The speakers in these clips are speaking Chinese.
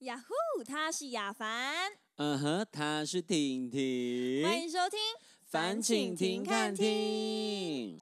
呀呼，他是亚凡，嗯哼，他是婷婷。欢迎收听，烦请听看。听。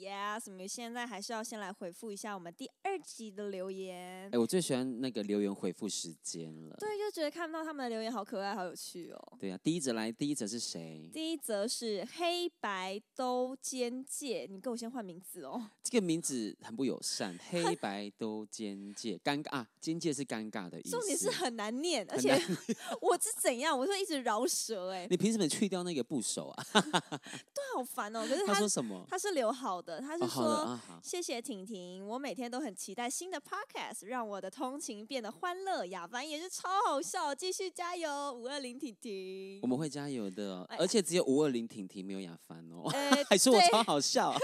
Yes，我们现在还是要先来回复一下我们第二集的留言哎、。我最喜欢那个留言回复时间了。对，就觉得看到他们的留言好可爱，好有趣哦。对啊，第一则来，第一则是谁？第一则是黑白都兼界，你给我先换名字哦。这个名字很不友善， 黑白都兼介，尴尬啊，兼介是尴尬的意思。重点是很难念，而很且 难 我是怎样，我是一直饶舌哎、你凭什么去掉那个部首啊？对，好烦哦。可是他他说什么？他是留好的，他是哦，好了说啊，好。谢谢婷婷，我每天都很期待新的 podcast，让我的通勤变得欢乐。雅凡也是超好笑，继续加油，五二零婷婷我。们会加油的，哦哎而且只有五二零婷婷没有雅凡哦，呃，还说我对超好笑啊！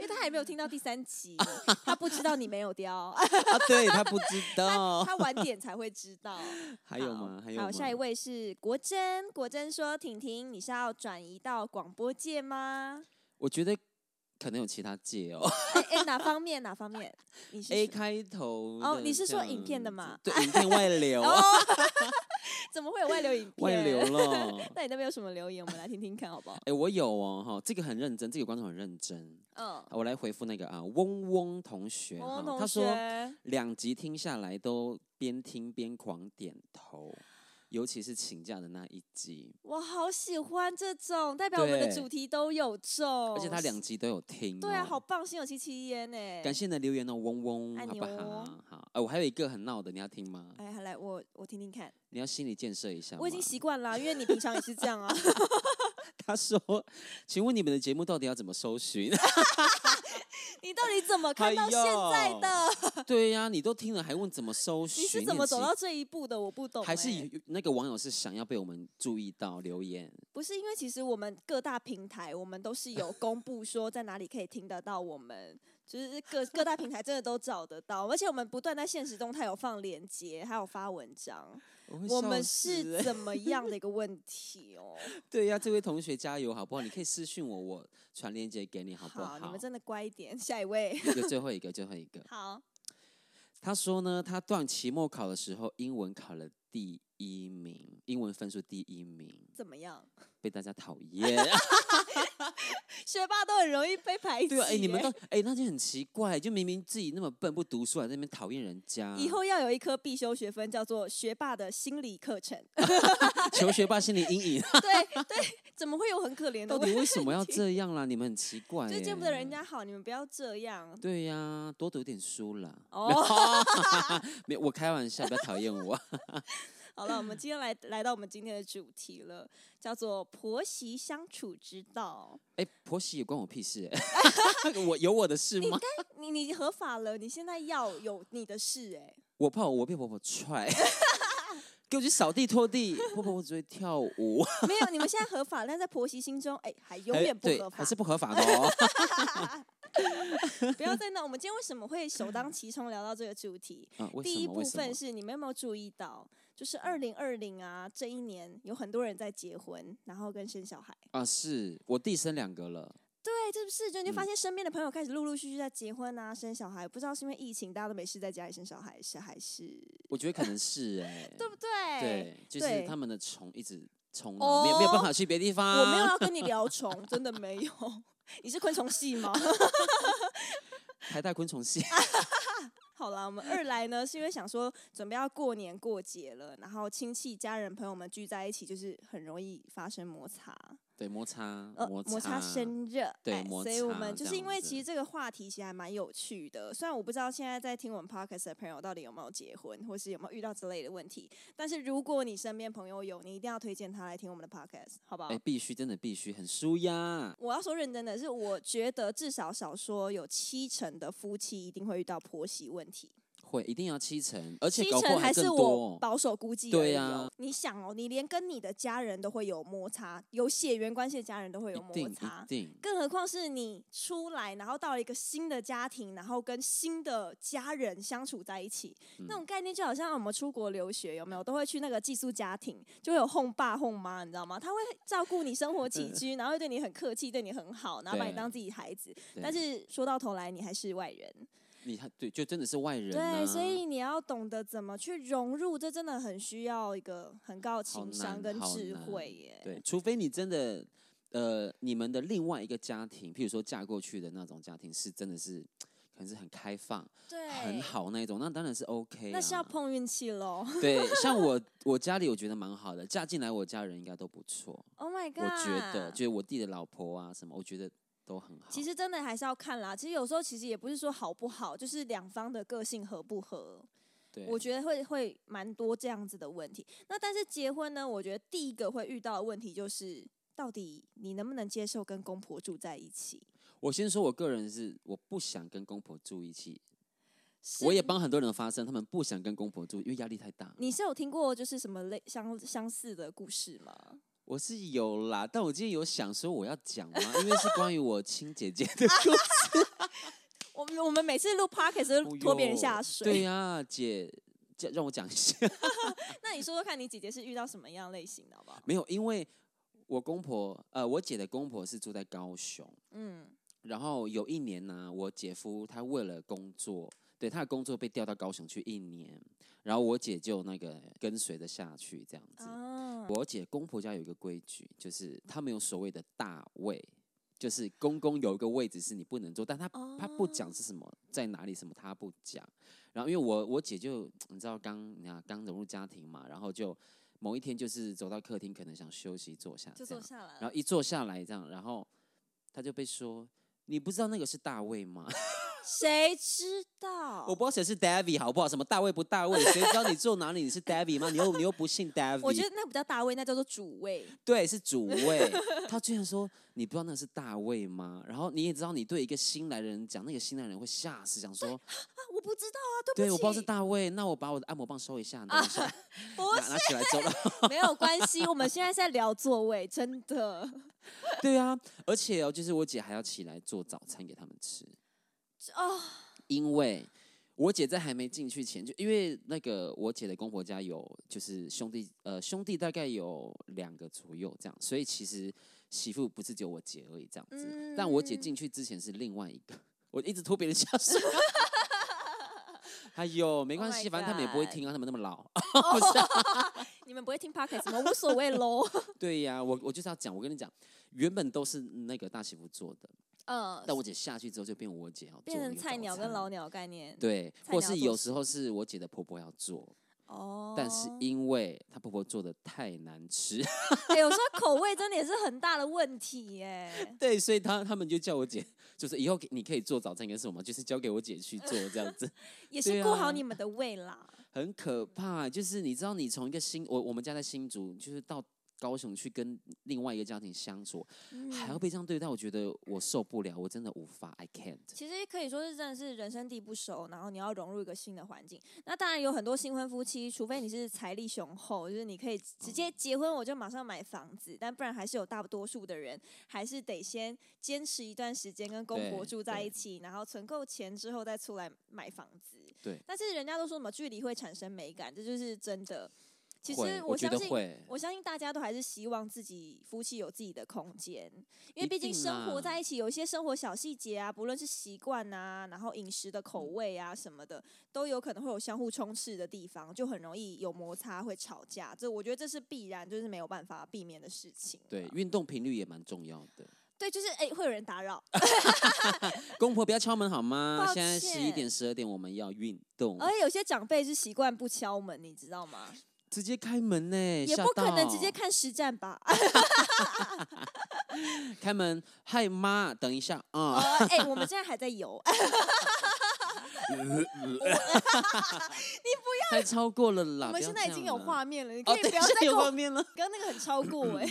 因为他还没有听到第三 集，他不知道你没有雕，对他不知道， 他晚点才会知道。还有好吗？还有好，吗？下一位是国珍，国珍说：“婷婷，你是要转移到广播界吗？我觉得可能有其他界哦哎哎，哪方面？哪方面？你是，A 说开头哦的你是这说影片的样吗子对，影片外 流，哦，怎么会有外流影片？ 外流了。那你那边有什么留言？我们来听听看，好不好？哎、我有哦，哈，这个很认真，这个观众很认真。嗯，我来回复那个啊，嗡嗡同学汪哈汪，同他说学，两集听下来都边听边狂点头，尤其是请假的那一集，我好喜欢这种，代表我们的对主题都有中，而且他两集都有听、哦。对啊，好棒，心有戚戚焉呢。感谢你的留言哦，嗡嗡，爱好你不好哦？好，哎、我还有一个很闹的，你要听吗？哎，来，我我听听看，你要心理建设一下吗。我已经习惯了啊，因为你平常也是这样啊。 他说：“请问你们的节目到底要怎么搜寻你到底怎么哎看到现在的？？”对呀、你都听了还问怎么搜寻？你是你怎很么走奇到这一步的？我不懂、还是哎有那个网友是想要被我们注意到留言，不是因为其实我们各大平台，我们都是有公布说在哪里可以听得到我们。就是各各大平台真的都找得到，而且我们不断在现实中它有放链接，还有发文章，我会我笑们死是欸怎么样的一个问题哦？ 对呀、这位同学加油好不好？你可以私信我，我传链接给你好不好？你们真的乖一点。下一位， 一个最后一个最后一个，好，他说呢，他段期末考的时候英文考了第一名，英文分数第一名，怎么样？被大家讨 厌。学霸都很容易被排挤耶。对啊，哎、你们都哎、那就很奇怪，就明明自己那么笨不读书，啊还在那边讨厌人家。以后要有一科必修学分，叫做学霸的心理课程。 求学霸心理阴影，对对，怎么会有很可怜的到问底题？为什么要这样啦？你们很奇怪、 就欸，见不得人家好，你们不要这 样。对呀、多读点书啦。哦，没有，我开玩笑，不要讨厌我。 好了，我们今天来来到我们今天的主题了，叫做婆媳相处之道。哎、婆媳也关我屁事、欸， 我有我的事吗？你你合法了，你现在要有你的事哎、我怕我被婆婆踹， 给我去扫地拖地。婆婆，我只会跳舞，没有，你们现在合法，但在婆媳心中，哎、还永还远不对合法还。是不合法的 哦。不要再闹。我们今天为什么会首当其冲聊到这个主题？啊，为第什一么？部为什分么？是你们有没有注意到，就是二零二零啊这一年有很多人在结婚，然后跟生小孩。啊，是我弟生两个了。对，这不是就你就发嗯现身边的朋友开始陆陆续续在结婚啊、生小孩，不知道是因为疫情大家都没事在家里生小孩，是还是我觉得可能是哎、 对不对？对，就是对哦他们的虫一直冲啊，没有没有办法去别的地方。我没有要跟你聊虫，真的没有。 你是昆虫系吗？台大昆虫系，啊好啦，我们二来呢，是因为想说准备要过年过节了，然后亲戚、家人、朋友们聚在一起，就是很容易发生摩擦，对摩擦呃，摩摩擦生热，对哎摩所以我们擦就是这因为样子其实这个话题其实还蛮有趣的，虽然我不知道现在在听我们 podcast 的朋友到底有没有结婚，或是有没有遇到之类的问题，但是如果你身边朋友有，你一定要推荐他来听我们的 podcast，好不好？哎、必须真的必须很舒压。我要说认真的是，我觉得至少少说有七成的夫妻一定会遇到婆媳问题。会，一定要七成，而且七搞不好成还更是我多。保守估计而已哦。对啊你想哦，你连跟你的家人都会有摩擦，有血缘关系的家人都会有一摩定擦一，定，更何况是你出来，然后到了一个新的家庭，然后跟新的家人相处在一起，嗯那种概念就好像我们出国留学有没有，都会去那个寄宿家庭，就会有哄爸哄妈，你知道吗？他会照顾你生活 起居，然后会对你很客气，对你很好，然后把你对当自己孩子。对但是说到头来，你还是外人。你还对，就真的是外人、啊。对，所以你要懂得怎么去融入，这真的很需要一个很高的好情难商跟好智难慧耶。对，除非你真的，呃，你们的另外一个家庭，譬如说嫁过去的那种家庭，是真的是可能是很开放、对，很。好那一种，那当然是 OK、啊。那是要碰运气喽。对，像我我家里我觉得蛮好的，嫁进来我家人应该都不错， Oh my 我 god！觉得，就是我弟的老婆啊什么，我觉得都很好。其实真的还是要看啦。其实有时候其实也不是说好不好，就是两方的个性合不合，对，我觉得会会蛮多这样子的问题。那但是结婚呢，我觉得第一个会遇到的问题就是，到底你能不能接受跟公婆住在一起？我先说我个人是我不想跟公婆住一起，是我也帮很多人发声，他们不想跟公婆住，因为压力太大了。你是有听过就是什么类相相似的故事吗？我是有啦，但我今天有想说我要讲吗？因为是关于我亲姐姐 的故事，我们我们每次录 podcast 都拖别人下哎呦对水。呀、姐，这让我讲一下。 那你说说看你姐姐是遇到什么样类型的，好不好？没有，因为我公婆，呃，我姐的公婆是住在高雄，嗯，然后有一年呢、我姐夫他为了工作，对他的工作被调到高雄去一年，然后我姐就那个跟随着下去这样子。啊，我姐公婆家有一个规矩，就是他们有所谓的大位，就是公公有一个位置是你不能坐，但哦他他不讲是什么，在哪里什么他不讲。然后因为我我姐就你知道刚你看刚融入家庭嘛，然后就某一天就是走到客厅，可能想休息坐下，就这坐样，下来然了。后一坐下来这样，然后他就被说。你不知道那个是大卫吗？ 谁知道？我不知道谁是 David 好不好？什么大卫不大卫？谁知道你坐哪里？你是 David 吗？你又你又不信 David？我觉得那不叫大位，那叫做主位。对，是主位。他居然说你不知道那是大卫吗？然后你也知道，你对一个新来的人讲，那个新来的人会吓死，想说，啊，我不知道啊，对不起，对我不知道是大卫，那我把我的按摩棒收一下，拿一下，不拿拿起来走了。是没有关系。我们现在是在聊座位，真的。 对啊，而且哦，就是我姐还要起来做早餐给他们吃， 哦，因为。我姐在还没进去前，就因为那个我姐的公婆家有就是兄弟，呃，兄弟大概有两个左右这样，所以其实媳妇不是只有我姐而已这样子。但我姐嗯进去之前是另外一个，我一直拖别人下 水。哎呦，没 Oh 关 my 系反正他们也不会听啊，他们那么老。你们不会听 podcast 吗？无所谓喽。对呀、我我就是要讲，我跟你讲，原本都是那个大媳妇做的， 嗯，但我姐下去之后就变我姐要做变那成个菜早鸟跟餐老鸟概念。对，菜或鸟是做有事时候是我姐的婆婆要做，哦，但是因为她婆婆做的太难吃，哎、有时候口味真的也是很大的问题耶、 对，所以她他们就叫我姐，就是以后给你可以做早餐跟什么，就是交给我姐去做 这样子。也是对顾好啊你们的胃啦。很可怕。就是你知道，你从一个新我我们家在新竹，就是到高雄去跟另外一个家庭相处，还嗯要被这样对待，我觉得我受不了，我真的无法，I can't。其实可以说是真的是人生地不熟，然后你要融入一个新的环境。那当然有很多新婚夫妻，除非你是财力雄厚，就是你可以直接嗯结婚我就马上买房子，但不然还是有大多数的人还是得先坚持一段时间跟公婆对住在对一起，然后存够钱之后再出来买房子。对，但是人家都说什么距离会产生美感，这就是真的。其会实我觉相得信会，我相信大家都还是希望自己夫妻有自己的空间，因为一毕竟定生活啦在一起，有一些生活小细节啊，不论是习惯啊，然后饮食的口嗯味啊什么的，都有可能会有相互充斥的地方，就很容易有摩擦，会吵架。这我觉得这是必然，就是没有办法避免的事情啊。对，运动频率也蛮重要的。对，就是哎、会有人打扰，公婆不要敲门好吗？抱现在十一歉哎点、十二点，我们要运动，而且有些长辈是习惯不敲门，你知道吗？直接开门呢、也嗯吓不可能直接到看实战 吧？开门。嗨妈，等一下啊！呃哎、我们现在还在游，你不要太超过了啦。我们现在已经有画面，面了，你哦，可以对，不要现在再有跟画我， 面了。刚刚那个很超过哎。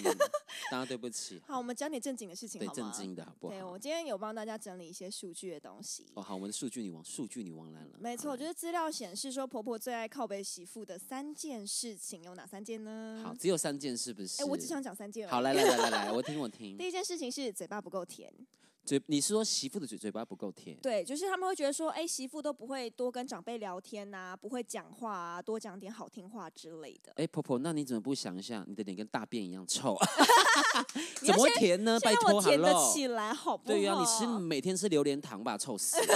大家对不起，好，我们讲点正经的事情对好正吗？经的好不对好我？今天有帮大家整理一些数据的东西。哦，好，我们的数据女王，数据女王来了。没错，好就是资料显示说，婆婆最爱靠背媳妇的三件事情有哪三件呢？好，，只有三件是不嗯是？哎，我只想讲三件。好，，来来来来来，我听我 听第。一件事情是嘴巴不够甜。嘴，你是说媳妇的嘴嘴巴不够甜？对，就是他们会觉得说，哎，媳妇都不会多跟长辈聊天呐、不会讲话啊，多讲点好听话之类的。哎，婆婆，那你怎么不想一下，你的脸跟大便一样 臭？ 你怎要么会先甜呢？先拜让托我甜得，hello。起来，好不好？对呀、你吃每天吃榴莲糖吧，臭死了！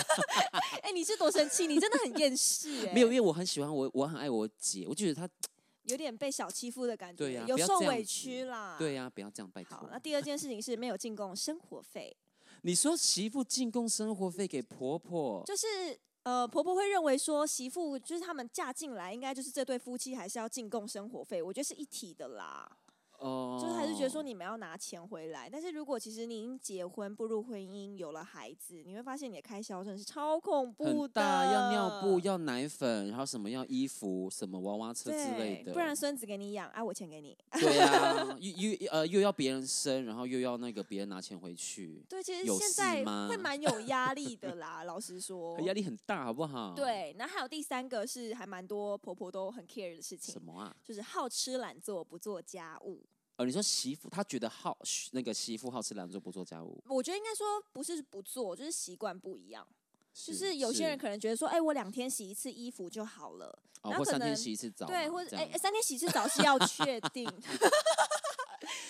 哎、你是多生气？你真的很厌世、哎， 没有，因为我很喜欢我，我很爱我姐，我就觉得她有点被小欺负的感觉，对呀有不要受这样委子屈啦。对、呀、不要这样，拜啊好托，。那第二件事情是没有进贡生活费，你说媳妇进贡生活费给婆婆，就是。呃，婆婆会认为说媳妇就是他们嫁进来，应该就是这对夫妻还是要进贡生活费，我觉得是一体的啦。哦，就是还是觉得说你们要拿钱回来，但是如果其实你已经结婚步入婚姻，有了孩子，你会发现你的开销真的是超恐怖很的，大，要尿布，要奶粉，然后什么要衣服，什么娃娃车之类对，的，不然孙子给你养，啊，我钱给你。对啊，又又呃又要别人生，然后又要那个别人拿钱回去，对，其实有现事在吗会蛮有压力 的啦，老实说。压力哦很大，好不好？，哦对，然后还有第三个是还蛮多婆婆都很 care 的事情什，么啊？就是好吃懒做，不做家务。哦，你说媳妇，她觉得好那个媳妇好吃懒做不做家务，我觉得应该说不是不做，就是习惯不一样。就就是有些人可能觉得说，哎、我两天洗一次衣服就好了。哦，然后或可三天能洗一次澡嘛，对，或者这哎、样三天洗一次澡是要确定。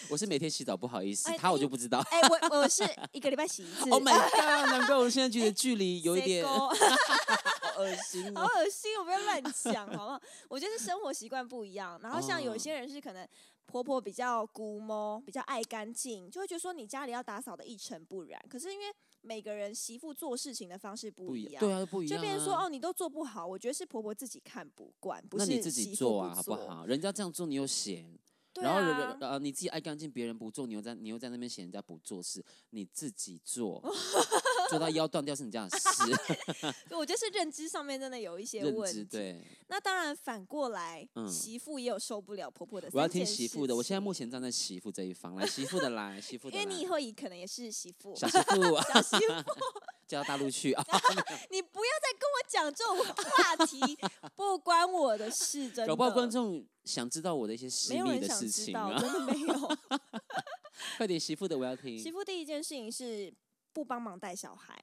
我是每天洗澡，不好意思哎，他我因就不知道。哎、我我是一个礼拜洗一次。 Oh my god！难怪我现在觉得距离有一 塞点沟好好恶心哦。恶心，我不要乱讲，好不好？我觉得是生活习惯不一样，然后像有哦些人是可能婆婆比较估摸，比较爱干净，就会觉得说你家里要打扫的一尘不染。可是因为每个人媳妇做事情的方式 不不一一样，样，对啊，不一就样。变成说，哦，你都做不好，我觉得是婆婆自己看不惯，不那是你自己媳妇做啊，好不不？好？人家这样做，你又嫌，对然后人啊，呃你自己爱干净，别人不做，你又在你又在那边嫌人家不做事，你自己 做，做到腰断掉是你家的事，我觉得是认知上面真的 有一些认问知题。对。那当然，反过来，嗯媳妇也有受不了婆婆的。我要听媳妇的，我现在目，前站在媳妇这一方，来媳妇的来，媳妇的因为来，你以后也可能也是媳妇，小媳妇啊小媳 妇，叫到大陆去啊，你不要再跟我讲这种话题，不关我的事，真的。搞不好观众想知道我的一些私没有密人的想事知情道，啊，真的没 有。快点媳妇的我要听媳。妇第一件事情是不帮忙带小孩，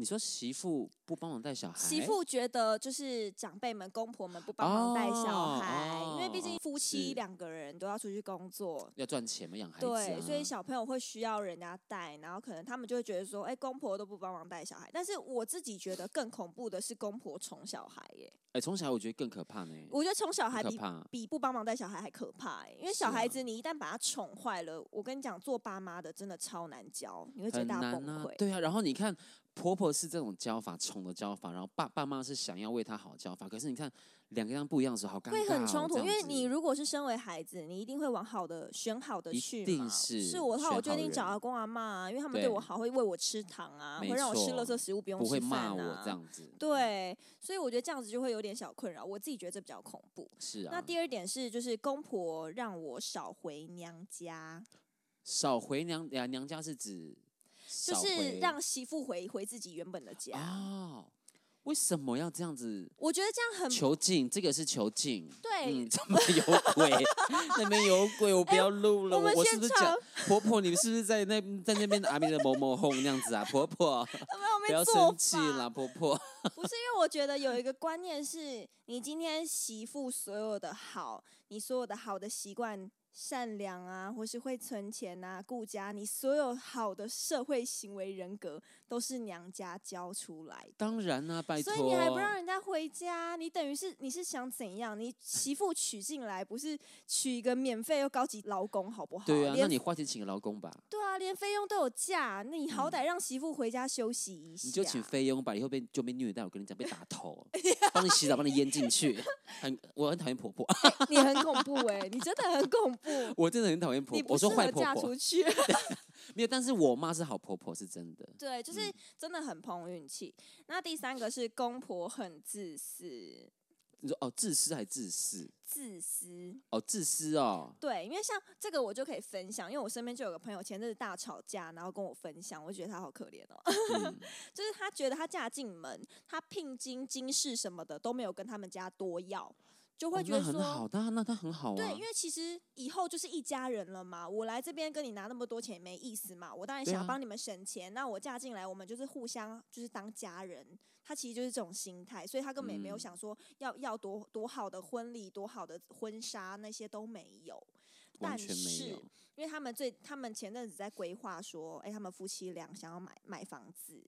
你说媳妇不帮忙带小孩，媳妇觉得就是长辈们、公婆们不帮忙带小孩，哦因为毕竟夫妻是两个人都要出去工作，要赚钱嘛，养孩子、啊，对，所以小朋友会需要人家带，然后可能他们就会觉得说，哎、公婆都不帮忙带小孩。但是我自己觉得更恐怖的是公婆宠小孩耶，哎，从、小我觉得更可怕呢，我觉得宠小孩嗯很可比怕。比不帮忙带小孩还可怕耶，因为是小孩啊子你一旦把他宠坏了，我跟你讲，做爸妈的真的超难教，你会直接很大崩难啊溃。，对啊。然后你看，婆婆是这种教法，宠的教法，然后爸爸妈是想要为她好教法，可是你看两个样不一样的时候，好尴尬、哦，会很冲突，这因样为子你如果是身为孩子，你一定会往好的选好的一去嘛。定是我的话，选我就一好定找人阿公阿妈、啊，因为他们对我对好，会喂我吃糖啊，没会让我吃错垃圾食物不用不吃会饭啊。骂我这样子，，对，所以我觉得这样子就会有点小困扰，我自己觉得这比较恐怖。是啊。那第二点是，就是公婆让我少回娘家，少回娘啊娘娘家是指就少是回让媳妇回回自己原本的家。哦，为什么要这样子？我觉得这样很囚禁，这个是囚禁。对。嗯，这么有鬼，那边有鬼，我不要录了。哎我们我是现不是场讲婆婆？你们是不是在那在那边阿明的某某哄那样子啊？婆婆， 没有不要没做生气法，啦，婆 婆。不是因为我觉得有一个观念是，你今天媳妇所有的好，你所有的好的习惯、善良啊，或是会存钱啊、顾家，你所有好的社会行为人格都是娘家教出来的。当然啦、拜所托。以你还不让人家回家，你等于是你是想怎样？你媳妇娶进来不是娶一个免费又高级劳工好不好？对啊，那连你花钱请个劳工吧，对啊，连费用都有价，那你好歹让媳妇回家休息一下。嗯你就请菲佣吧，以后被就被虐待。我跟你讲，被打 头，帮你洗澡，帮你淹进去。很，我很讨厌婆婆， 你很恐怖哎、你真的很恐怖，我真的很讨厌婆你婆。不我适说合坏婆嫁婆出，去。 没有，但是我妈是好婆婆，是真的。对，嗯就是真的很碰运气。那第三个是公婆很自私，你说哦，自私还自私？自私。哦，自私哦，对，因为像这个我就可以分享，因为我身边就有个朋友前阵子大吵架，然后跟我分享，我觉得他好可怜哦， 嗯就是他觉得他嫁进门，他聘金、金饰什么的都没有跟他们家多要，就哦会觉那得很说。好，那那他很好啊。对，因为其实以后就是一家人了嘛。我来这边跟你拿那么多钱也没意思嘛。我当然对想要啊帮你们省钱，那我嫁进来，我们就是互相就是当家人。他其实就是这种心态，所以他根本也没有嗯想说要、要多多好的婚礼、多好的婚纱那些都没有。完但全是没有，因为他们最他们前阵子在规划说，哎、他们夫妻俩想要买买房子，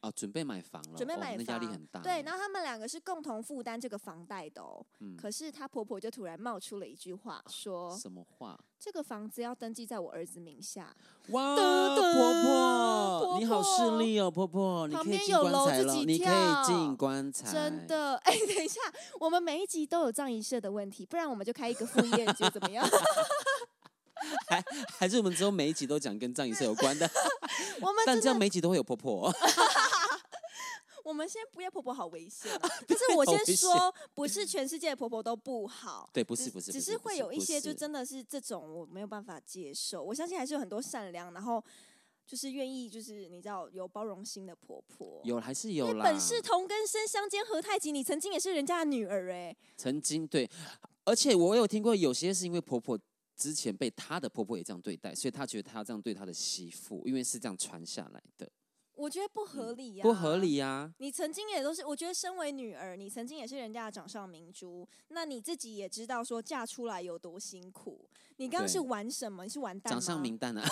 啊，准备买房了，准备哦买那压力房很大。对，然后他们两个是共同负担这个房贷的哦。嗯可是她婆婆就突然冒出了一句话，说什么话？这个房子要登记在我儿子名下，哇，噔噔婆婆婆，你好婆势利哦，婆婆，你旁可以边进有棺楼材自了，己你可跳以进棺材，真。的。哎、等一下，我们每一集都有葬仪社的问题，不然我们就开一个副业，你觉得怎么样？ 还 还是我们之后每一集都讲跟葬仪社有 关的，我们但真这样的，每一集都会有婆婆。哦我们先不要婆婆好危 险、啊，可是我好先危险说，不是全世界的婆婆都不好。 对，不只是不是，只不是不会有一不些就是真的是这种我没有办法接受。我相信还是有很多善良，然后就是愿意就是你知道有包容心的婆婆。有还是有因为啦。本是同根生，相煎何太急。你曾经也是人家的女儿哎、曾经对，而且我有听过，有些是因为婆婆之前被她的婆婆也这样对待，所以她觉得她要这样对她的媳妇，因为是这样传下来的，我觉得不合理啊呀、嗯不合。理啊呀、你曾经也都是，我觉得身为女儿，你曾经也是人家的掌上明珠，那你自己也知道说嫁出来有多辛苦。你刚刚是对玩什么？你是玩蛋吗？掌上明 蛋啊！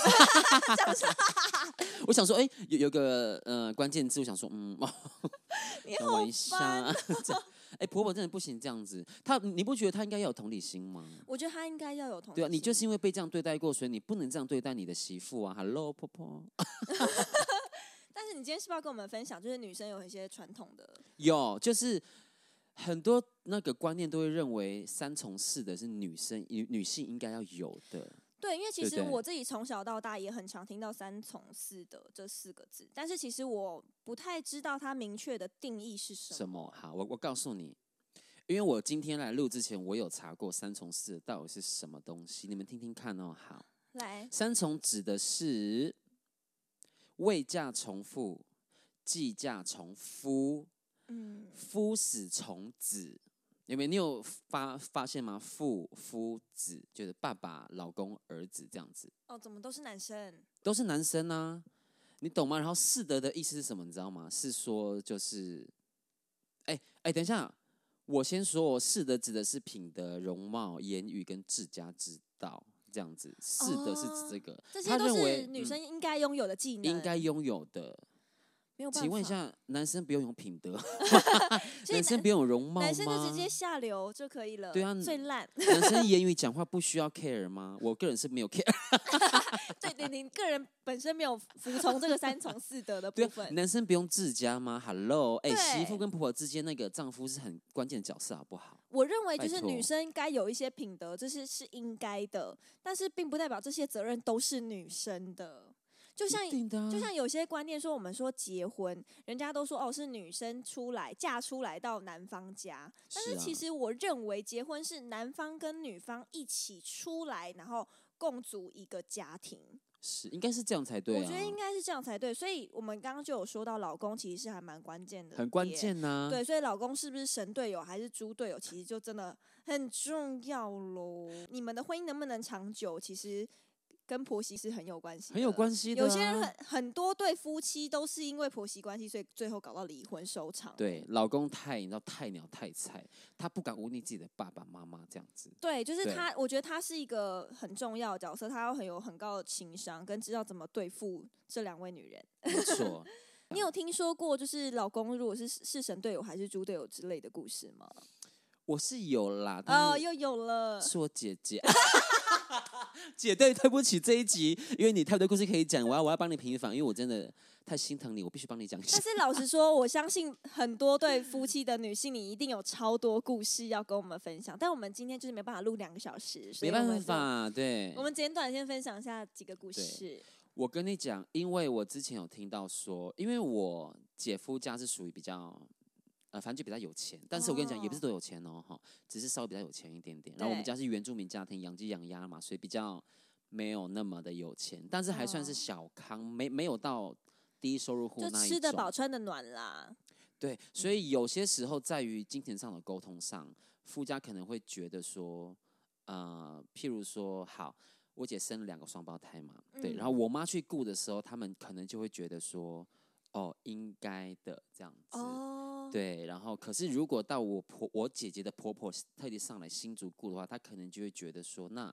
我想说，哎、有有个呃关键字，我想说，嗯，哦， 你开好哦玩笑啊，这样哎、婆婆真的不行这样子，她你不觉得她应该要有同理心吗？我觉得她应该要有同对啊，理你心就是因为被这样对待过，所以你不能这样对待你的媳妇啊！Hello，婆婆，但是你今天是不是要跟我们分享，就是女生有一些传统的有，就是很多那个观念都会认为三从四德是女生女女性应该要有的，对，因为其对实对我自己从小到大也很常听到“三从四德”这四个字，但是其实我不太知道它明确的定义是什么。什么？好，我我告诉你，因为我今天来录之前，我有查过三从四德到底是什么东西，你们听听看哦。好，来，三从指的是未嫁从父，继嫁从夫，嗯，夫死从子，有没有？你有发发现吗？父、夫、子，就是爸爸、老公、儿子这样子，哦，怎么都是男生？都是男生啊，你懂吗？然后四德的意思是什么？你知道吗？是说就是，哎、哎、等一下，我先说哦，四德指的是品德、容貌、言语跟治家之道。这样子，四德是哦指这个，这些他都认是为女嗯生应该拥有的技能，应该拥有的。没有办法。请问一，下，男生不用有品德，所以男男生不用有容貌吗？男生就直接下流就可以了，对啊最烂。 男生言语讲话不需要 care 吗？我个人是没有 care，对，你你个人本身没有服从这个三从四德的对部啊，分。男生不用自家吗？Hello，哎、对媳妇跟婆婆之间那个丈夫是很关键的角色，好不好？我认为就拜是托女生该有一些品德，这是是应该的，但是并不代表这些责任都是女生的。就像一定的啊、就像有些观念说，我们说结婚，人家都说哦是女生出来嫁出来到男方家，但是是啊其实我认为结婚是男方跟女方一起出来，然后共组一个家庭。是应该是这样才对、啊，我觉得应该是这样才对，所以我们刚刚就有说到，老公其实是还蛮关键的，很关。键啊呐、对，所以老公是不是神队友还是猪队友，其实就真的很重要喽。你们的婚姻能不能长久，其实跟婆媳是很有关系，很有关系的、啊。有些人很很多对夫妻都是因为婆媳关系，所以最后搞到离婚收场。对老公太你知道太鸟太菜，他不敢忤逆自己的爸爸妈妈这样子。对，就是对他，我觉得他是一个很重要的角色，他要很有很高的情商，跟知道怎么对付这两位女人。没 错，你有听说过就是老公如果是是神队友还是猪队友之类的故事吗？我是有啦，但哦，是又有了。嗯是我姐姐。 姐，对，对不起，这一集因为你太多故事可以讲，我要我要帮你平反，因为我真的太心疼你，我必须帮你讲一下但。是老实说，我相信很多对夫妻的女性，你一定有超多故事要跟我们分享。但我们今天就是没办法录两个小时，所没以我们办就。法，对我。们简短先分享一下几个故对事。我跟你讲，因为我之前有听到说，因为我姐夫家是属于比较呃，反正就比较有钱，但是我跟你讲，也不是都有钱哦，哈，只是稍微比较有钱一点点。然后我们对家是原住民家庭，养鸡养鸭嘛，所以比较没有那么的有钱，但是还算是哦小康，没没有到低收入户就那一种。吃得饱穿得暖啦。对，嗯所以有些时候在于金钱上的沟通上，夫家可能会觉得说，呃，譬如说，好，我姐生了两个双胞胎嘛，对，嗯然后我妈去顾的时候，他们可能就会觉得说，哦，应该的这样子。哦，对，然后可是如果到我婆我姐姐的婆婆特地上来新竹顾的话，她可能就会觉得说，那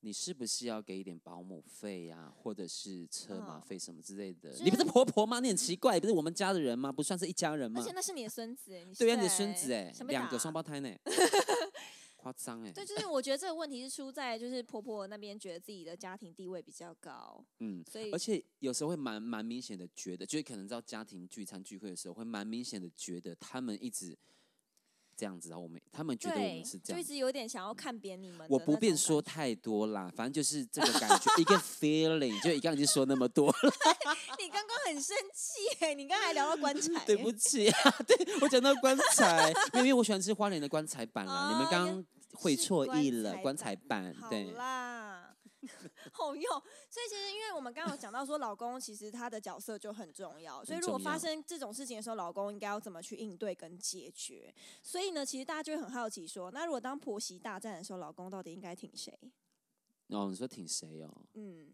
你是不是要给一点保姆费呀、或者是车马哦费什么之类的？就你不是是婆婆吗？你很奇怪，不是我们家的人吗？不算是一家人而吗且？那是你的孙子欸，你是对呀、你的在孙子哎、想被两个打双胞胎 呢、夸张哎对，，就是我觉得这个问题是出在就是婆婆那边觉得自己的家庭地位比较高，嗯。所以而且有时候会蛮蛮明显的觉得，就是可能到家庭聚餐聚会的时候，会蛮明显的觉得他们一直这样子啊，我们他们觉得我对们是，这就样一直有点想要看扁你们的那种我感觉。不便说太多啦，反正就是这个感 觉，一个 feeling，就一刚已经说那么多了，你刚刚很生气欸，你刚才聊到 棺材欸，对不起啊，对我讲到棺材，因为我喜欢吃花莲的棺材板啦，你们哦刚原刚会是错棺意了，材棺材板，好对，啦， 好用。所以其实，因为我们刚刚有讲到说，老公其实他的角色就很重要，所以很如果重发要生这种事情的时候，老公应该要怎么去应对跟解决？所以呢，其实大家就会很好奇说，那如果当婆媳大战的时候，老公到底应该挺谁？哦，你说挺谁哦？嗯，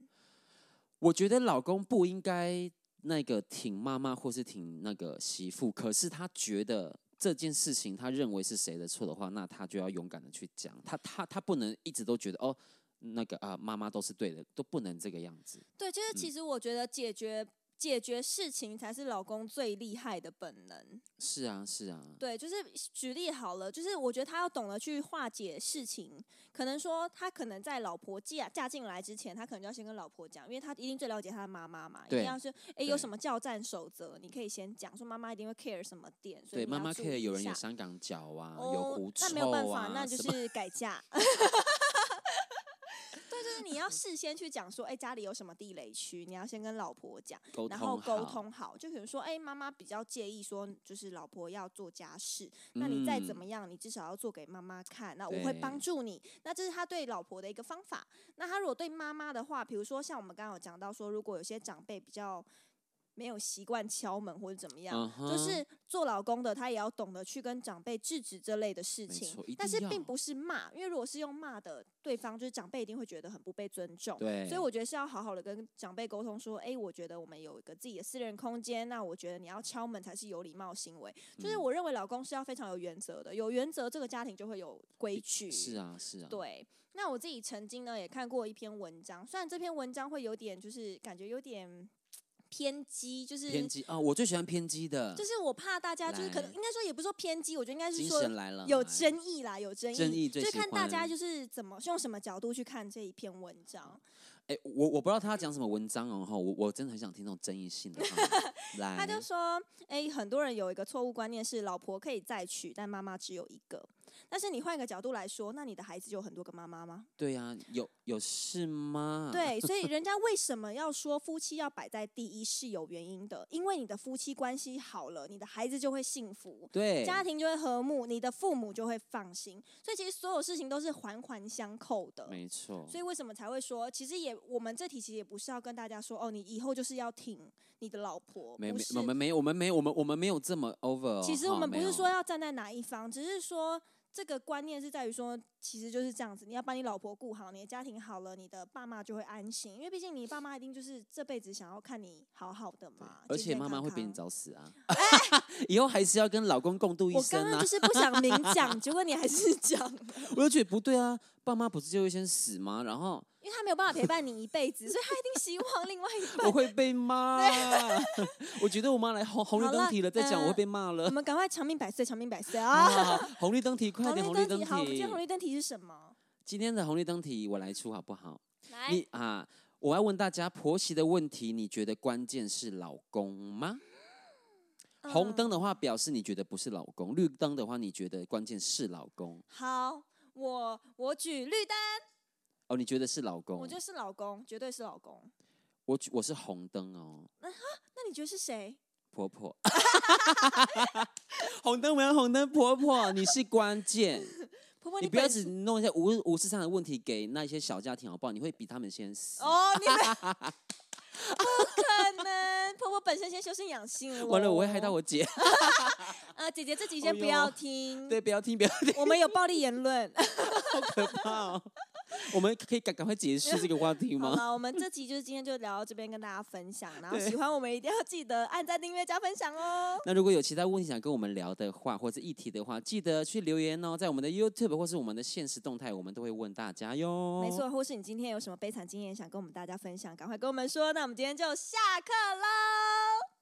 我觉得老公不应该那个挺妈妈或是挺那个媳妇，可是他觉得这件事情他认为是谁的错的话，那他就要勇敢的去讲，他他他不能一直都觉得哦，那个啊妈妈都是对的，都不能这个样子。对，就是其实我觉得解决。解决事情才是老公最厉害的本能。是啊，是啊，对，就是举例好了，就是我觉得他要懂得去化解事情。可能说他可能在老婆嫁嫁进来之前，他可能就要先跟老婆讲，因为他一定最了解他的妈妈嘛，一定对要是诶，有对什么教战守则，你可以先讲，说妈妈一定会 care 什么点，所以对，你妈要妈注 care 意一有人有下香港脚啊，有哦狐臭啊，那没有办法，那就什么是改嫁。 对，就是你要事先去讲说，诶，家里有什么地雷区，你要先跟老婆讲。沟然后通沟好，通好，就比如说，哎、妈妈比较介意说，就是老婆要做家事，那你再怎嗯么样，你至少要做给妈妈看，那我会帮对助你。那这是他对老婆的一个方法。那他如果对妈妈的话，比如说像我们刚刚有讲到说，如果有些长辈比较没有习惯敲门或者怎么样。嗯就哼是做老公的，他也要懂得去跟长辈制止这类的事没情错一，但定是并要不是骂，因为如果是用骂的，对方就是长辈一定会觉得很不被尊重。对，所以我觉得是要好好的跟长辈沟通，说，哎、我觉得我们有一个自己的私人空间，那我觉得你要敲门才是有礼貌行为。就是嗯我认为老公是要非常有原则的，有原则这个家庭就会有规矩。是啊是啊，对。那我自己曾经呢也看过一篇文章，虽然这篇文章会有点就是感觉有点偏激，就是偏激啊，我最喜欢偏激的，就是我怕大家就是可能来应该说也不是说偏激，我觉得应该是精说神来了，有来争议啦，有争议，争议最就是喜看大家欢就是怎么用什么角度去看这一篇文章。哎、我我不知道他要讲什么文章哦，哈，我我真的很想听那种争议性的哈。 来，他就说：“哎、很多人有一个错误观念是，老婆可以再娶，但妈妈只有一个。但是你换一个角度来说，那你的孩子就有很多个妈妈吗？对呀、啊，有有事吗？，对，所以人家为什么要说夫妻要摆在第一是有原因的，因为你的夫妻关系好了，你的孩子就会幸福。”对，家庭就会和睦，你的父母就会放心，所以其实所有事情都是环环相扣的。没错，所以为什么才会说，其实也我们这题其实也不是要跟大家说哦，你以后就是要挺你的老婆，没不没是我们没有我们没有我们我们没有这么 over，、哦、其实我哈们不没是有说要站在哪一方，只是说这个观念是在于说，其实就是这样子，你要把你老婆顾好，你的家庭好了，你的爸妈就会安心，因为毕竟你爸妈一定就是这辈子想要看你好好的对嘛。而健且健妈妈康会比你康。早死 啊， 以后还是要跟老公共度一哎我刚生刚啊就。是不想明讲，结果你还 是讲，我就觉得不对啊，爸妈不是就会先死吗？然后 因为他没有办法陪伴你一辈子，所以他一定希望另外一半 我会被骂， 我觉得我妈来红红绿好灯了题了，再讲我呃会被骂我 了。们赶快长命百岁，长命百岁好啊！好好红绿灯题，快点！红绿绿灯灯题，好，我们今天红题，绿灯题是什么？今天的红绿灯题我来出好不好？来，你啊，我要问大家，婆媳的问题，你觉得关键是老公吗？红嗯灯的话表示你觉得不是老公，绿灯的话你觉得关键是老公好，我我举绿灯，哦，你觉得是老公？我觉得是老公，绝对是老公。我举我是红灯哦，那你觉得是谁？ 婆婆，红灯文，红灯婆婆，你是关键， 婆婆你你不要本只弄一些无无事上的问题给那一些小家庭好不好？你会比他们先死。哦，你们 不可能，婆婆本身先修身养性了。完了，我会害到。我姐。 呃，姐姐这集哦先不哟要听，对，不要听，不要听，我们有暴力言 论。好可怕哦。我们可以赶赶快结束这个话题好吗？了，我们这集就是今天就聊到这边，跟大家分享。然后对喜欢我们一定要记得按赞、订阅、加分享哦。那如果有其他问题想跟我们聊的话，或者议题的话，记得去留言哦，在我们的 YouTube 或是我们的现实动态，我们都会问大家哟。没，错，或是你今天有什么悲惨经验想跟我们大家分享，赶快跟我们说。那我们今天就下课喽。